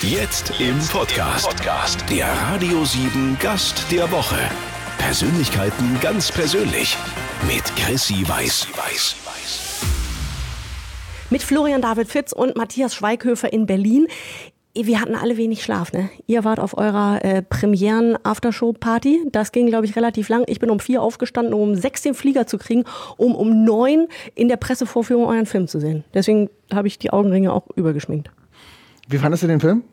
Jetzt im Podcast. Der Radio 7 Gast der Woche. Persönlichkeiten ganz persönlich mit Chrissy Weiß. mit Florian David Fitz und Matthias Schweighöfer in Berlin. Wir hatten alle wenig Schlaf, ne? Ihr wart auf eurer äh, Premieren-Aftershow-Party. Das ging, glaube ich, relativ lang. Ich bin um vier aufgestanden, um um sechs den Flieger zu kriegen, um um neun in der Pressevorführung euren Film zu sehen. Deswegen habe ich die Augenringe auch übergeschminkt. Wie fandest du den Film?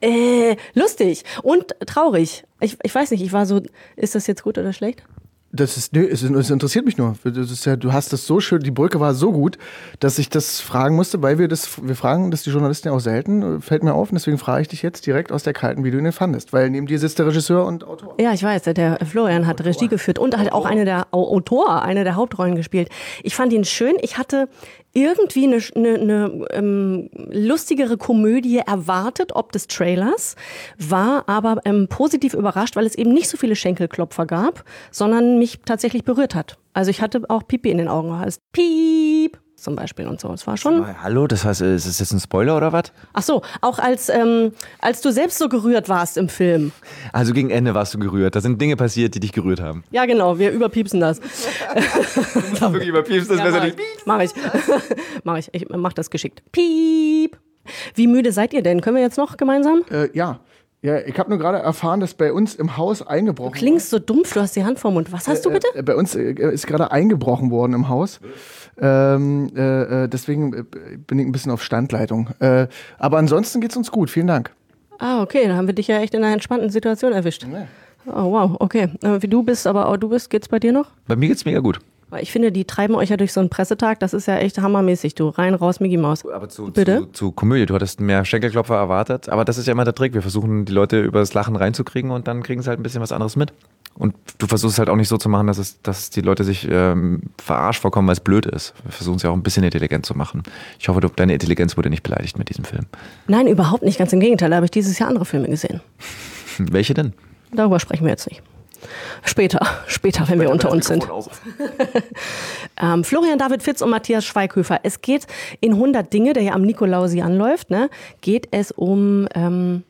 Äh, lustig und traurig. Ich, ich weiß nicht, ich war so, ist das jetzt gut oder schlecht? Das ist, nö, es, es interessiert mich nur. Das ist ja, du hast das so schön, die Brücke war so gut, dass ich das fragen musste, weil wir das, wir fragen das die Journalisten ja auch selten, äh, fällt mir auf und deswegen frage ich dich jetzt direkt aus der kalten, wie du ihn denn fandest, weil neben dir sitzt der Regisseur und Autor. Ja, ich weiß, der Florian hat Regie geführt und hat auch eine der Au- Autor, eine der Hauptrollen gespielt. Ich fand ihn schön. Ich hatte irgendwie eine, sch- eine, eine ähm, lustigere Komödie erwartet, ob des Trailers, war aber ähm, positiv überrascht, weil es eben nicht so viele Schenkelklopfer gab, sondern mich tatsächlich berührt hat. Also ich hatte auch Pipi in den Augen, also Piep zum Beispiel und so. Es war schon Hallo, das heißt, äh, ist das jetzt ein Spoiler oder was? Ach so, auch als, ähm, als du selbst so gerührt warst im Film. Also gegen Ende warst du gerührt. Da sind Dinge passiert, die dich gerührt haben. Ja, genau, wir überpiepsen das. Wirklich überpiepst, das mach ich. Mach ich. mach ich. Ich mach das geschickt. Piep. Wie müde seid ihr denn? Können wir jetzt noch gemeinsam? Äh, ja. ja, ich habe nur gerade erfahren, dass bei uns im Haus eingebrochen Klingst so dumpf, du hast die Hand vorm Mund. Was hast du bitte? Äh, bei uns äh, ist gerade eingebrochen worden im Haus. Ähm, äh, äh, deswegen äh, bin ich ein bisschen auf Standleitung. Äh, aber ansonsten geht's uns gut. Vielen Dank. Ah, okay, dann haben wir dich ja echt in einer entspannten Situation erwischt. Oh, wow, okay. Äh, Wie du bist, aber auch du bist, geht's bei dir noch? Bei mir geht's mega gut. Weil Ich finde, die treiben euch ja durch so einen Pressetag. Das ist ja echt hammermäßig, du. Rein, raus, Mickey Maus. Aber zu, Bitte? Zu, zu Komödie, du hattest mehr Schenkelklopfer erwartet, aber das ist ja immer der Trick. Wir versuchen, die Leute übers Lachen reinzukriegen und dann kriegen sie halt ein bisschen was anderes mit. Und du versuchst es halt auch nicht so zu machen, dass, es, dass die Leute sich ähm, verarscht vorkommen, weil es blöd ist. Wir versuchen es ja auch ein bisschen intelligent zu machen. Ich hoffe, du, deine Intelligenz wurde nicht beleidigt mit diesem Film. Nein, überhaupt nicht. Ganz im Gegenteil. Da habe ich dieses Jahr andere Filme gesehen. Hm, Welche denn? Darüber sprechen wir jetzt nicht. Später, später, wenn wir unter uns sind. Ähm, Florian David Fitz und Matthias Schweighöfer. Es geht in 100 Dinge, der ja am Nikolausi anläuft, ne, geht es um ähm,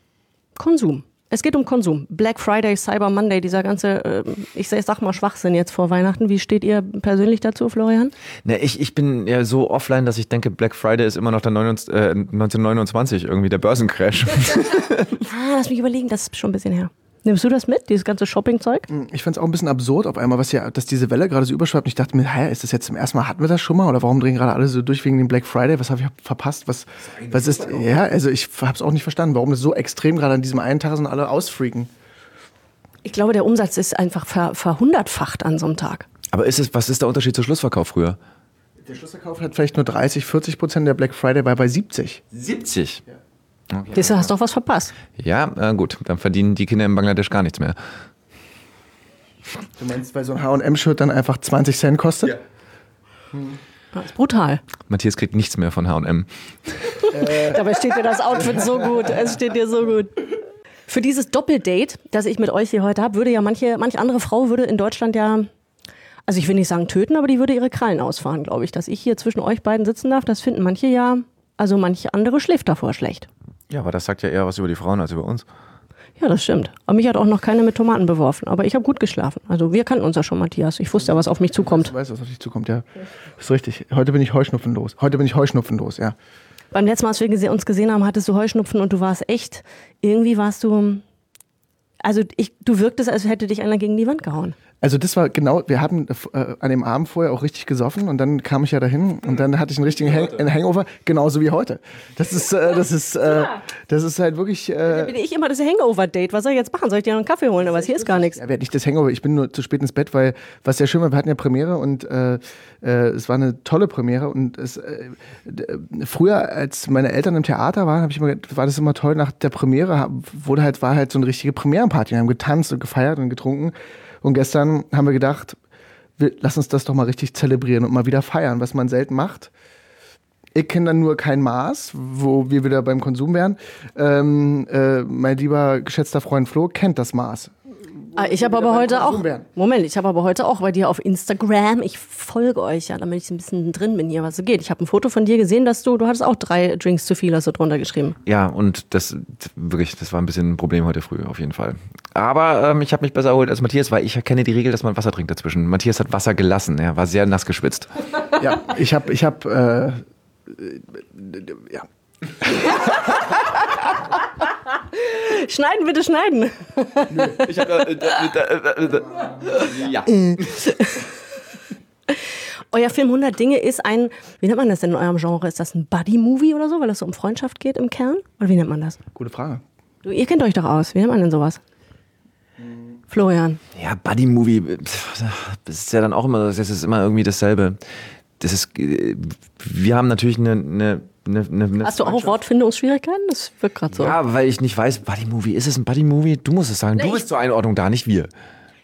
Konsum. Es geht um Konsum. Black Friday, Cyber Monday, dieser ganze, ähm, ich sag- ich sag mal Schwachsinn jetzt vor Weihnachten. Wie steht ihr persönlich dazu, Florian? Ne, ich, ich bin ja so offline, dass ich denke, Black Friday ist immer noch der 29, äh, 1929 irgendwie, der Börsencrash. Ah, lass mich überlegen, das ist schon ein bisschen her. Nimmst du das mit, dieses ganze Shopping-Zeug? Ich fand's auch ein bisschen absurd auf einmal, was ja, dass diese Welle gerade so überschwappt. Und Ich dachte mir, hä, ist das jetzt zum ersten Mal, hatten wir das schon mal? Oder warum drehen gerade alle so durch wegen dem Black Friday? Was habe ich verpasst? Was, was ist, ja, also ich hab's auch nicht verstanden, warum das so extrem gerade an diesem einen Tag sind und alle ausfreaken. Ich glaube, der Umsatz ist einfach ver verhundertfacht an so einem Tag. Aber ist es, was ist der Unterschied zum Schlussverkauf früher? Der Schlussverkauf hat vielleicht nur 30, 40 Prozent, der Black Friday war bei 70. 70. Siehst Du hast doch was verpasst. Ja, äh, gut, dann verdienen die Kinder in Bangladesch gar nichts mehr. Du meinst, weil so ein H&M-Shirt dann einfach 20 Cent kostet? Ja. Das ist brutal. Matthias kriegt nichts mehr von H&M. Dabei steht dir das Outfit so gut. Es steht dir so gut. Für dieses Doppeldate, das ich mit euch hier heute habe, würde ja manche, manche andere Frau würde in Deutschland ja, also ich will nicht sagen töten, aber die würde ihre Krallen ausfahren, glaube ich. Dass ich hier zwischen euch beiden sitzen darf, das finden manche ja, also manche andere schläft davor schlecht. Ja, aber das sagt ja eher was über die Frauen als über uns. Ja, das stimmt. Aber mich hat auch noch keine mit Tomaten beworfen. Aber ich habe gut geschlafen. Also wir kannten uns ja schon, Matthias. Ich wusste ja, was auf mich zukommt. Du weißt, was auf dich zukommt, ja. Ist richtig. Heute bin ich heuschnupfenlos. Heute bin ich heuschnupfenlos, ja. Beim letzten Mal, als wir gese- uns gesehen haben, hattest du Heuschnupfen und du warst echt, irgendwie warst du, also ich, du wirktest, als hätte dich einer gegen die Wand gehauen. Also das war genau, wir hatten äh, an dem Abend vorher auch richtig gesoffen und dann kam ich ja dahin und dann hatte ich einen richtigen Hang einen Hangover, genauso wie heute. Das ist, äh, das ist, äh, das ist halt wirklich, äh, bin ich immer das Hangover-Date. Was soll ich jetzt machen? Soll ich dir noch einen Kaffee holen? Aber hier ist gar nichts. ja, wir hatten nicht das Hangover, ich bin nur zu spät ins Bett, weil, was ja schön war, wir hatten ja Premiere und äh, äh, es war eine tolle Premiere und es, äh, d- äh, früher, als meine Eltern im Theater waren, habe ich immer, ge- war das immer toll, nach der Premiere hab- wurde halt, war halt so eine richtige Premierenparty, wir haben getanzt und gefeiert und getrunken und gestern haben wir gedacht, wir, lass uns das doch mal richtig zelebrieren und mal wieder feiern, was man selten macht. Ich kenne dann nur kein Maß, wo wir wieder beim Konsum wären. Ähm, äh, mein lieber geschätzter Freund Flo kennt das Maß. Ah, ich habe aber beim heute auch. Konsum wären. Moment, ich habe aber heute auch bei dir auf Instagram. Ich folge euch ja, damit ich ein bisschen drin bin hier, was so geht. Ich habe ein Foto von dir gesehen, dass du, du hattest auch drei Drinks zu viel, hast du drunter geschrieben. Ja, und das wirklich, das war ein bisschen ein Problem heute früh, auf jeden Fall. Aber ähm, ich habe mich besser erholt als Matthias, weil ich kenne die Regel, dass man Wasser trinkt dazwischen. Matthias hat Wasser gelassen, er war sehr nass geschwitzt. Ja, ich habe, ich habe, äh, äh, ja. Schneiden, bitte schneiden. Ich hab, äh, ja. Euer Film 100 Dinge ist ein, wie nennt man das denn in eurem Genre? Ist das ein Buddy-Movie oder so, weil das so um Freundschaft geht im Kern? Oder wie nennt man das? Gute Frage. Du, ihr kennt euch doch aus. Wie nennt man denn sowas? Florian. Ja, Buddy Movie, pf, das ist ja dann auch immer, das ist immer irgendwie dasselbe. Das ist, äh, wir haben natürlich eine, eine, eine, eine Hast du auch Wortfindungsschwierigkeiten? Das wirkt gerade so. Ja, weil ich nicht weiß, Buddy Movie, ist es ein Buddy Movie? Du musst es sagen. Du ich- bist zur Einordnung da, nicht wir.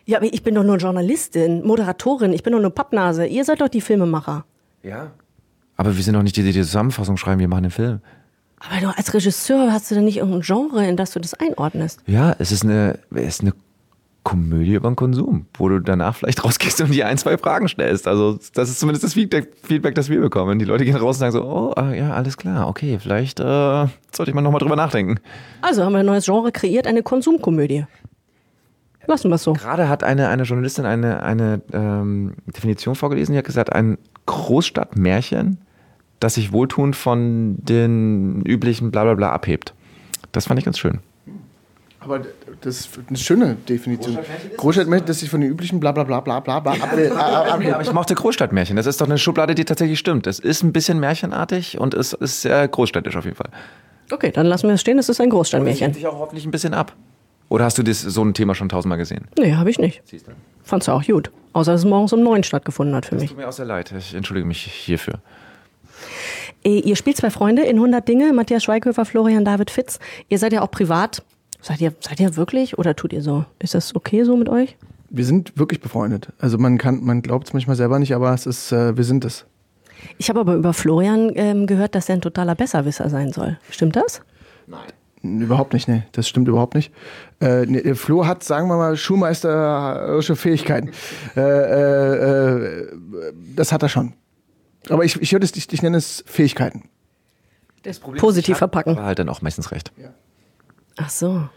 Ja, aber ich bin doch nur Journalistin, Moderatorin, ich bin doch nur Pappnase. Ihr seid doch die Filmemacher. Ja. Aber wir sind doch nicht die, die die Zusammenfassung schreiben, wir machen den Film. Aber du als Regisseur hast du denn nicht irgendein Genre, in das du das einordnest? Ja, es ist eine, es ist eine Komödie über den Konsum, wo du danach vielleicht rausgehst und dir ein, zwei Fragen stellst. Also, das ist zumindest das Feedback, Feedback das wir bekommen. Die Leute gehen raus und sagen so: Oh, ah, ja, alles klar, okay, vielleicht äh, sollte ich mal nochmal drüber nachdenken. Also haben wir ein neues Genre kreiert, eine Konsumkomödie. Lassen wir es so. Gerade hat eine, eine Journalistin eine, eine ähm, Definition vorgelesen, die hat gesagt, ein Großstadtmärchen, das sich wohltuend von den üblichen Blablabla abhebt. Das fand ich ganz schön. Aber d- das ist eine schöne Definition. Großstadtmärchen, das sich von den üblichen bla bla bla bla bla bla ab, ab, ab, Aber ich mochte Großstadtmärchen. Das ist doch eine Schublade, die tatsächlich stimmt. Es ist ein bisschen märchenartig und es ist sehr großstädtisch auf jeden Fall. Okay, dann lassen wir es stehen, es ist ein Großstadtmärchen. dich auch hoffentlich ein bisschen ab. Oder hast du das, so ein Thema schon tausendmal gesehen? Nee, habe ich nicht. Fand's auch gut. Außer, dass es morgens um neun stattgefunden hat für mich. Tut mir auch sehr leid. Ich entschuldige mich hierfür. Äh, Ihr spielt zwei Freunde in 100 Dinge, Matthias Schweighöfer, Florian David Fitz. Ihr seid ja auch privat. Seid ihr, seid ihr wirklich oder tut ihr so? Ist das okay so mit euch? Wir sind wirklich befreundet. Also man kann, man glaubt es manchmal selber nicht, aber es ist, äh, wir sind es. Ich habe aber über Florian ähm, gehört, dass er ein totaler Besserwisser sein soll. Stimmt das? Überhaupt nicht, nee, das stimmt überhaupt nicht. Äh, nee, der Flo hat, sagen wir mal, schulmeisterische Fähigkeiten. Äh, äh, äh, das hat er schon. Aber ich, ich, würde es, ich, ich nenne es Fähigkeiten. Positiv verpacken. War halt dann auch meistens recht. Ach so.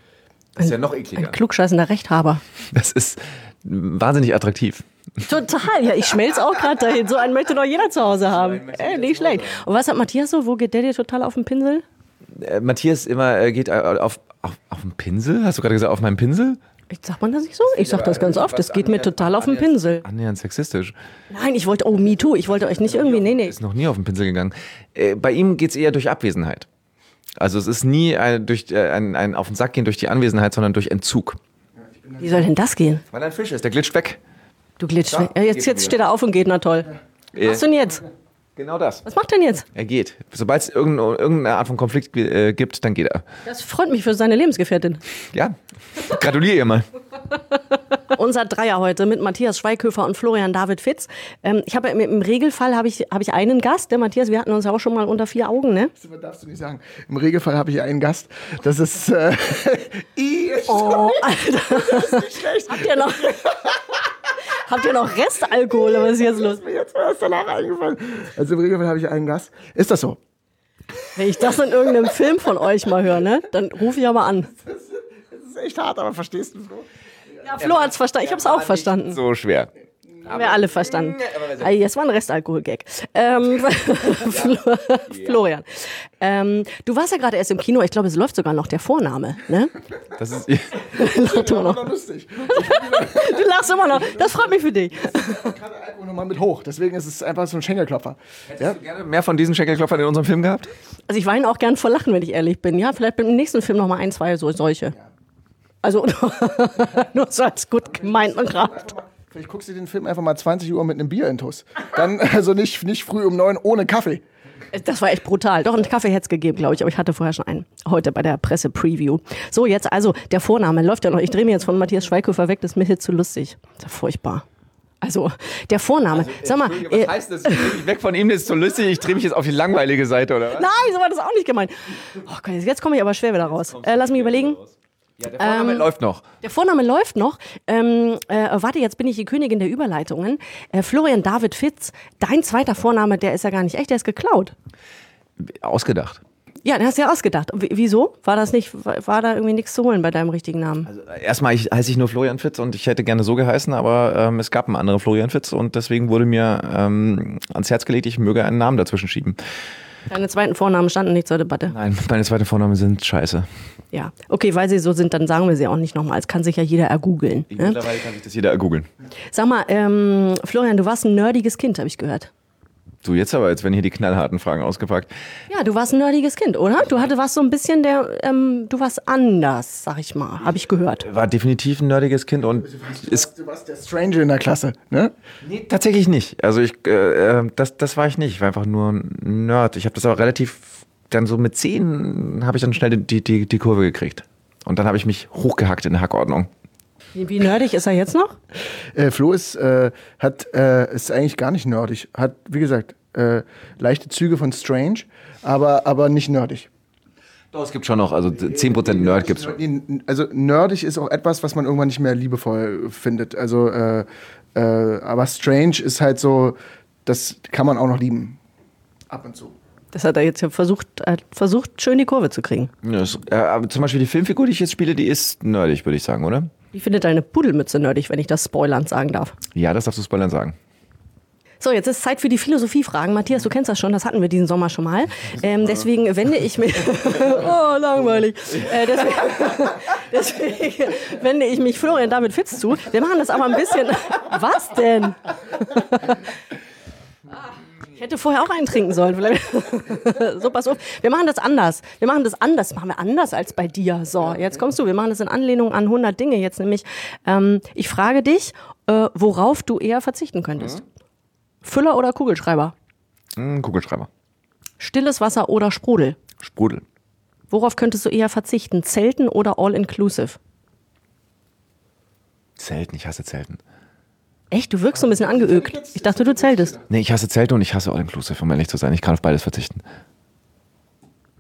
Das ist ja noch Ein ekliger. klugscheißender Rechthaber. Das ist wahnsinnig attraktiv. Total, ja, ich schmelze auch gerade dahin. So einen möchte doch jeder zu Hause haben. Äh, nicht schlecht. Und was hat Matthias so? Wo geht der dir total auf den Pinsel? Äh, Matthias immer äh, geht äh, auf, auf, auf den Pinsel? Hast du gerade gesagt, auf meinem Pinsel? Sagt man das nicht so? Ich sag das ganz oft. Das geht mir total auf den Pinsel. Annähernd sexistisch. Nein, ich wollte, oh, me too. Ich wollte euch nicht irgendwie, nee, nee. Ist noch nie auf den Pinsel gegangen. Äh, bei ihm geht es eher durch Abwesenheit. Also es ist nie ein, durch, äh, ein, ein auf den Sack gehen durch die Anwesenheit, sondern durch Entzug. Wie soll denn das gehen? Weil er ein Fisch ist, der glitscht weg. Du glitschst. Ja, jetzt, jetzt steht er auf und geht, na toll. Was machst du denn jetzt? Genau das. Was macht denn jetzt? Er geht. Sobald es irgendeine, irgendeine Art von Konflikt äh, gibt, dann geht er. Das freut mich für seine Lebensgefährtin. Ja. Gratuliere ihr mal. Unser Dreier heute mit Matthias Schweighöfer und Florian David Fitz. Ähm, ich habe im, im Regelfall habe ich, habe ich einen Gast. Der Matthias, wir hatten uns ja auch schon mal unter vier Augen, ne? Das darfst du nicht sagen. Im Regelfall habe ich einen Gast. Das ist. Äh, I- Oh, Alter. Habt ihr noch, habt ihr noch Restalkohol? Was ist jetzt los? Mir jetzt erst danach eingefallen. Also im Regelfall habe ich einen Gast. Ist das so? Wenn ich das in irgendeinem Film von euch mal höre, ne? Dann rufe ich aber an. Das ist echt hart, aber verstehst du, Flo? Ja, Flo hat's verstanden. Ich hab's auch verstanden. So schwer. Haben wir alle verstanden. Ah, Jetzt war ein Restalkohol-Gag. Ähm, Flo- Florian, ähm, du warst ja gerade erst im Kino. Ich glaube, es läuft sogar noch der Vorname. Ne? Das ist, Lach du, noch. War lustig. du lachst immer noch. Das freut mich für dich. Ich kann einfach nochmal mit hoch. Deswegen ist es einfach so ein Schenkelklopfer. Ja? gerne mehr von diesen Schenkelklopfern in unserem Film gehabt? Also ich weine auch gern vor Lachen, wenn ich ehrlich bin. Ja, vielleicht beim nächsten Film noch mal ein, zwei so, solche. Also nur so als gut gemeinten Rat. Vielleicht guckst du den Film einfach mal 20 Uhr mit einem Bier in Tuss. Dann also nicht, nicht früh um neun ohne Kaffee. Das war echt brutal. Doch, einen Kaffee hätte es gegeben, glaube ich. Aber ich hatte vorher schon einen. Heute bei der Presse-Preview. So, jetzt also, der Vorname läuft ja noch. Ich drehe mir jetzt von Matthias Schweighöfer weg. Das ist mir hier zu lustig. Das ist ja furchtbar. Also, der Vorname. Sag mal, äh, heißt das? Weg von ihm, das ist so lustig. Ich drehe mich jetzt auf die langweilige Seite, oder was? nein, so war das auch nicht gemeint. Oh Gott, jetzt komme ich aber schwer wieder raus. Äh, lass mich überlegen. Ja, der Vorname läuft noch. Der Vorname läuft noch. Ähm, äh, warte, jetzt bin ich die Königin der Überleitungen. Äh, Florian David Fitz, dein zweiter Vorname, der ist ja gar nicht echt, der ist geklaut. Ausgedacht. Ja, den hast du ja ausgedacht. W wieso? War das nicht, war, war da irgendwie nichts zu holen bei deinem richtigen Namen? Also, äh, erstmal ich, heiße ich nur Florian Fitz und ich hätte gerne so geheißen, aber ähm, es gab einen anderen Florian Fitz und deswegen wurde mir ähm, ans Herz gelegt, ich möge einen Namen dazwischen schieben. Deine zweiten Vornamen standen nicht zur Debatte. Nein, meine zweiten Vornamen sind scheiße. Ja. Okay, weil sie so sind, dann sagen wir sie auch nicht nochmal. Es kann sich ja jeder ergoogeln. Ne? Mittlerweile kann sich das jeder googeln. Sag mal, ähm, Florian, du warst ein nerdiges Kind, habe ich gehört. Du, jetzt aber, jetzt werden hier die knallharten Fragen ausgepackt. Ja, du warst ein nerdiges Kind, oder? Du hatte, warst so ein bisschen der, ähm, du warst anders, sag ich mal, habe ich gehört. War definitiv ein nerdiges Kind und ist Du warst der Stranger in der Klasse, ne? nee, tatsächlich nicht. Also ich, äh, äh, das, das war ich nicht. Ich war einfach nur ein Nerd. Ich habe das aber relativ, dann so mit zehn habe ich dann schnell die, die, die Kurve gekriegt. Und dann habe ich mich hochgehackt in der Hackordnung. Wie, wie nerdig ist er jetzt noch? Äh, Flo ist, äh, hat, äh, ist eigentlich gar nicht nerdig. Hat, wie gesagt, äh, leichte Züge von Strange, aber, aber nicht nerdig. Doch, es gibt schon noch, also 10% Nerd gibt's schon. Also nerdig ist auch etwas, was man irgendwann nicht mehr liebevoll findet. Also, äh, äh, aber Strange ist halt so, das kann man auch noch lieben. Ab und zu. Das hat er jetzt ja versucht, er hat versucht, schön die Kurve zu kriegen. Ja, es- äh, aber zum Beispiel die Filmfigur, die ich jetzt spiele, die ist nerdig, würde ich sagen, oder? Wie findet deine Pudelmütze nerdig, wenn ich das spoilern sagen darf? Ja, das darfst du Spoilern sagen. So, jetzt ist Zeit für die Philosophiefragen. Matthias, du kennst das schon, das hatten wir diesen Sommer schon mal. Ähm, deswegen wende ich mich. oh, langweilig. Äh, deswegen, deswegen wende ich mich Florian David Fitz zu. Wir machen das aber ein bisschen. Was denn? Ich hätte vorher auch einen trinken sollen. Vielleicht. so, pass auf. Wir machen das anders. Wir machen das anders. Machen wir anders als bei dir. So, jetzt kommst du. Wir machen das in Anlehnung an 100 Dinge. Jetzt nämlich, ähm, ich frage dich, äh, worauf du eher verzichten könntest. Füller oder Kugelschreiber? Hm, Kugelschreiber. Stilles Wasser oder Sprudel? Sprudel. Worauf könntest du eher verzichten? Zelten oder All-Inclusive? Zelten, ich hasse Zelten. Echt, du wirkst so ein bisschen angeögt. Ich dachte, du zeltest. Nee, ich hasse Zelte und ich hasse All-Inclusive, um ehrlich zu sein. Ich kann auf beides verzichten.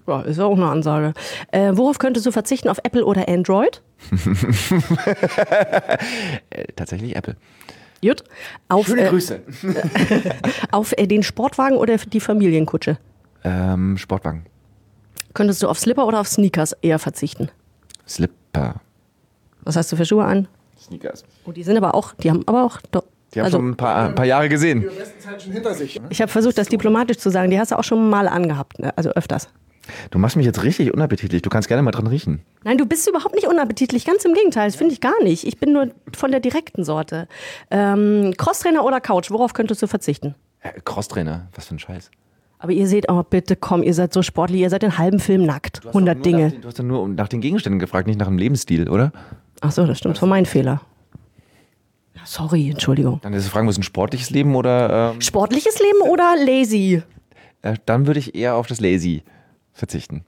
Ja, ist ja auch eine Ansage. Äh, worauf könntest du verzichten? Auf Apple oder Android? Äh, tatsächlich Apple. Jut. Auf, Schöne äh, Grüße. auf äh, den Sportwagen oder die Familienkutsche? Ähm, Sportwagen. Könntest du auf Slipper oder auf Sneakers eher verzichten? Slipper. Was hast du für Schuhe an? Sneakers. Oh, die sind aber auch, die haben aber auch. doch- Also, Die haben schon ein paar, äh, ein paar Jahre gesehen. ne? ich habe versucht, das diplomatisch zu sagen. Die hast du auch schon mal angehabt, ne? also öfters. Du machst mich jetzt richtig unappetitlich. Du kannst gerne mal dran riechen. Nein, du bist überhaupt nicht unappetitlich. Ganz im Gegenteil, das finde ich gar nicht. Ich bin nur von der direkten Sorte. Ähm, Crosstrainer oder Couch, worauf könntest du verzichten? Äh, Crosstrainer, was für ein Scheiß. Aber ihr seht, oh bitte komm, ihr seid so sportlich, ihr seid den halben Film nackt. 100 Dinge. du hast doch nur nach den Gegenständen gefragt, nicht nach dem Lebensstil, oder? Ach so, das stimmt, das war mein Fehler. Ja, Sorry, Entschuldigung. Dann ist die Frage, muss ein sportliches Leben oder ähm, Sportliches Leben oder lazy? äh, dann würde ich eher auf das Lazy verzichten.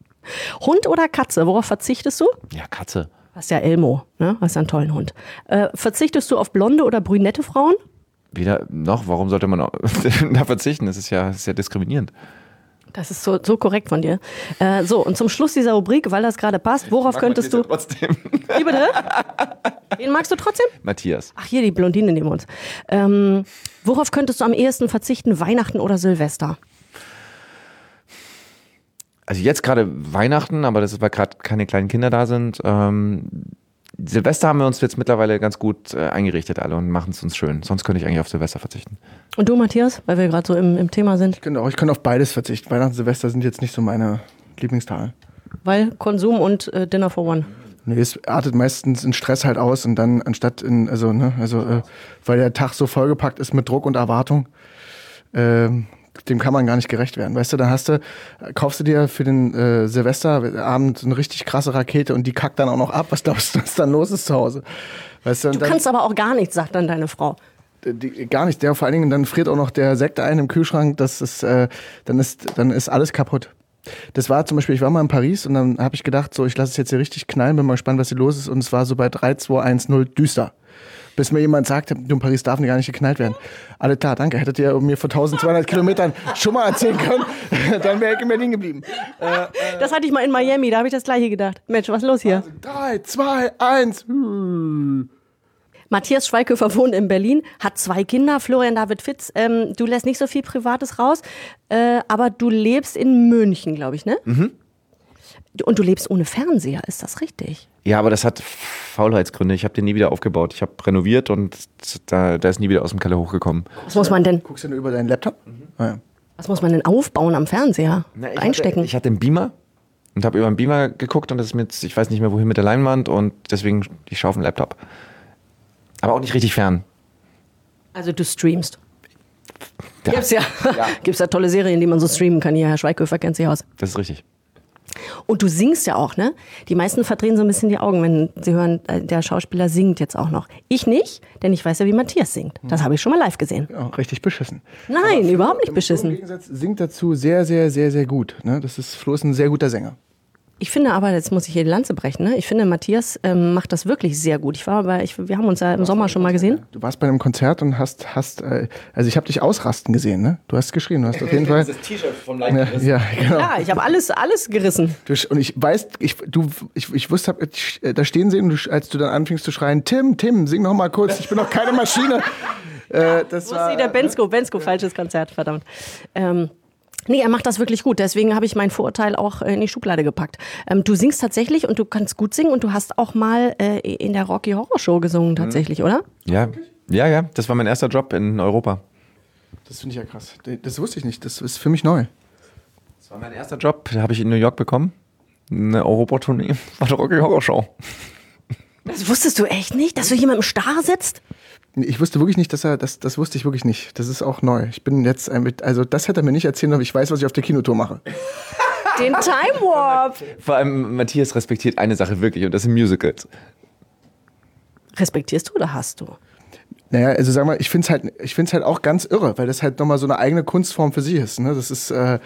Hund oder Katze, worauf verzichtest du? Ja, Katze. Hast ja Elmo, ne? Hast ja einen tollen Hund. Äh, verzichtest du auf blonde oder brünette Frauen? Weder noch, warum sollte man auch da verzichten? Das ist ja, das ist ja diskriminierend. Das ist so, so korrekt von dir. Äh, so, und zum Schluss dieser Rubrik, weil das gerade passt, worauf Mag könntest du. man das ja Trotzdem. Wie bitte? Wen magst du trotzdem? Matthias. Ach, hier, die Blondine neben uns. Ähm, worauf könntest du am ehesten verzichten, Weihnachten oder Silvester? Also jetzt gerade Weihnachten, aber das ist, weil gerade keine kleinen Kinder da sind. Ähm, Silvester haben wir uns jetzt mittlerweile ganz gut äh, eingerichtet alle und machen es uns schön. Sonst könnte ich eigentlich auf Silvester verzichten. Und du, Matthias, weil wir gerade so im, im Thema sind, Ich könnte, auch, Genau, ich könnte auf beides verzichten. Weihnachten und Silvester sind jetzt nicht so meine Lieblingstage. weil Konsum und äh, Dinner for One. Nee, es artet meistens in Stress halt aus und dann anstatt in, also, ne, also, äh, weil der Tag so vollgepackt ist mit Druck und Erwartung, ähm, dem kann man gar nicht gerecht werden. Weißt du, dann hast du, äh, kaufst du dir für den äh, Silvesterabend eine richtig krasse Rakete und die kackt dann auch noch ab. Was glaubst du, was dann los ist zu Hause? Weißt du, und Du dann, kannst aber auch gar nichts, sagt dann deine Frau. die, gar nicht. Der vor allen Dingen, dann friert auch noch der Sekt ein im Kühlschrank. Das ist, äh, dann ist, dann ist alles kaputt. Das war zum Beispiel, ich war mal in Paris und dann habe ich gedacht, so, ich lasse es jetzt hier richtig knallen, bin mal gespannt, was hier los ist. Und es war so bei 3, 2, 1, 0 düster. bis mir jemand sagt, du in Paris darf nicht gar nicht geknallt werden. Alle klar, danke. Hättet ihr mir vor 1200 Kilometern schon mal erzählen können, dann wäre ich in Berlin geblieben. Das hatte ich mal in Miami, da habe ich das gleiche gedacht. Mensch, was ist los hier? Drei, zwei, eins. Hm. Matthias Schweighöfer wohnt in Berlin, hat zwei Kinder, Florian David Fitz. Ähm, du lässt nicht so viel Privates raus, äh, aber du lebst in München, glaube ich, ne? Mhm. Und du lebst ohne Fernseher, ist das richtig? Ja, aber das hat Faulheitsgründe. Ich habe den nie wieder aufgebaut. Ich habe renoviert und da, da ist nie wieder aus dem Keller hochgekommen. Was muss man denn? Guckst du denn über deinen Laptop? Mhm. Ah, ja. Was muss man denn aufbauen am Fernseher? Na, ich Einstecken? Hatte, ich hatte einen Beamer und habe über den Beamer geguckt und das ist mir jetzt, ich weiß nicht mehr wohin mit der Leinwand und deswegen, ich schaue auf den Laptop. Aber auch nicht richtig fern. Also du streamst. Ja. Gibt's ja. ja. Gibt's ja tolle Serien, die man so streamen kann. Hier, Herr Schweighöfer kennt sich aus. Das ist richtig. Und du singst ja auch, ne? Die meisten verdrehen so ein bisschen die Augen, wenn sie hören, äh, der Schauspieler singt jetzt auch noch. Ich nicht, denn ich weiß ja, wie Matthias singt. Das habe ich schon mal live gesehen. Ja, richtig beschissen. Nein, Flo, überhaupt nicht beschissen. Im Gegensatz singt dazu sehr, sehr, sehr, sehr gut. Ne? Das ist, Flo ist ein sehr guter Sänger. Ich finde aber, jetzt muss ich hier die Lanze brechen, ne? ich finde, Matthias ähm, macht das wirklich sehr gut. Ich war aber, ich, wir haben uns ja im Sommer schon mal gesehen. Du warst bei einem Konzert und hast, hast äh, also ich habe dich ausrasten gesehen, ne? Du hast geschrien, du hast auf jeden Fall. Das T-Shirt vom Leib ja, gerissen. ja, genau. Ja, ich habe alles, alles gerissen. Du, sch- und ich weiß, ich, du, ich, ich wusste, hab, ich, äh, da stehen sie, und du, als du dann anfingst zu schreien, Tim, Tim, sing noch mal kurz, ich bin noch keine Maschine. äh, das Wo ist war, sie? Der Bensko, Bensko, falsches Konzert, verdammt. Ähm, Nee, er macht das wirklich gut. Deswegen habe ich mein Vorurteil auch äh, in die Schublade gepackt. Ähm, du singst tatsächlich und du kannst gut singen und du hast auch mal äh, in der Rocky Horror Show gesungen tatsächlich, oder? Ja, ja, ja. Das war mein erster Job in Europa. Das finde ich ja krass. Das wusste ich nicht. Das ist für mich neu. Das war mein erster Job. Habe ich in New York bekommen. Eine Europa-Tournee. War eine Rocky Horror Show. Das wusstest du echt nicht, dass du jemandem starr sitzt? Ich wusste wirklich nicht, dass er, das, das wusste ich wirklich nicht. Das ist auch neu. Ich bin jetzt, ein, also das hätte er mir nicht erzählen, aber ich weiß, was ich auf der Kinotour mache. Den Time Warp. Vor allem Matthias respektiert eine Sache wirklich und das sind Musicals. Respektierst du oder hast du? Naja, also sag mal, ich finde es halt, ich find's halt auch ganz irre, weil das halt nochmal so eine eigene Kunstform für sie ist. Ne? Das ist, äh,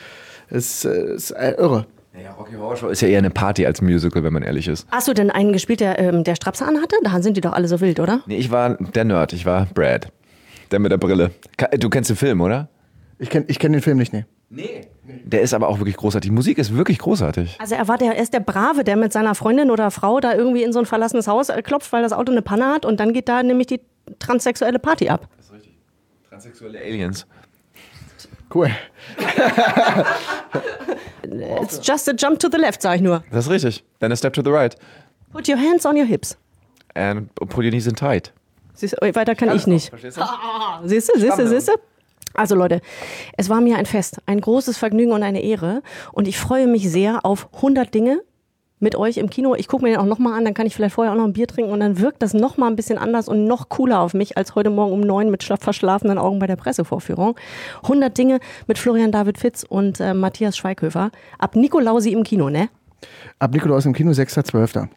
ist, äh, ist äh, irre. Naja, Rocky Horror Show ist ja eher eine Party als Musical, wenn man ehrlich ist. Hast du denn einen gespielt, der, ähm, der Strapse anhatte? Da sind die doch alle so wild, oder? Nee, ich war der Nerd, ich war Brad. Der mit der Brille. Ka- Du kennst den Film, oder? Ich kenne ich kenn den Film nicht, nee. Nee. Der ist aber auch wirklich großartig. Die Musik ist wirklich großartig. Also er war der, er ist der Brave, der mit seiner Freundin oder Frau da irgendwie in so ein verlassenes Haus äh, klopft, weil das Auto eine Panne hat und dann geht da nämlich die transsexuelle Party ab. Das ist richtig. Transsexuelle Aliens. Cool. It's just a jump to the left, sag ich nur. Das ist richtig. Then a step to the right. Put your hands on your hips. And put your knees in tight. Siehst, du, weiter kann ich nicht. Verstehst du? Siehst du, siehst du, siehst du? Also Leute, es war mir ein Fest, ein großes Vergnügen und eine Ehre. Und ich freue mich sehr auf 100 Dinge mit euch im Kino. Ich gucke mir den auch nochmal an, dann kann ich vielleicht vorher auch noch ein Bier trinken und dann wirkt das nochmal ein bisschen anders und noch cooler auf mich als heute Morgen um neun mit schla- verschlafenen Augen bei der Pressevorführung. 100 Dinge mit Florian David Fitz und äh, Matthias Schweighöfer. Ab Nikolausi im Kino, ne? Ab Nikolaus im Kino, 6.12.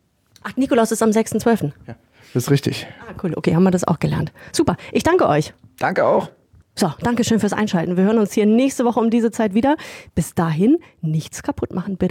Ach, Nikolaus ist am 6.12. Ja. Das ist richtig. Ah, cool, okay, haben wir das auch gelernt. Super, ich danke euch. Danke auch. So, danke schön fürs Einschalten. Wir hören uns hier nächste Woche um diese Zeit wieder. Bis dahin, nichts kaputt machen, bitte.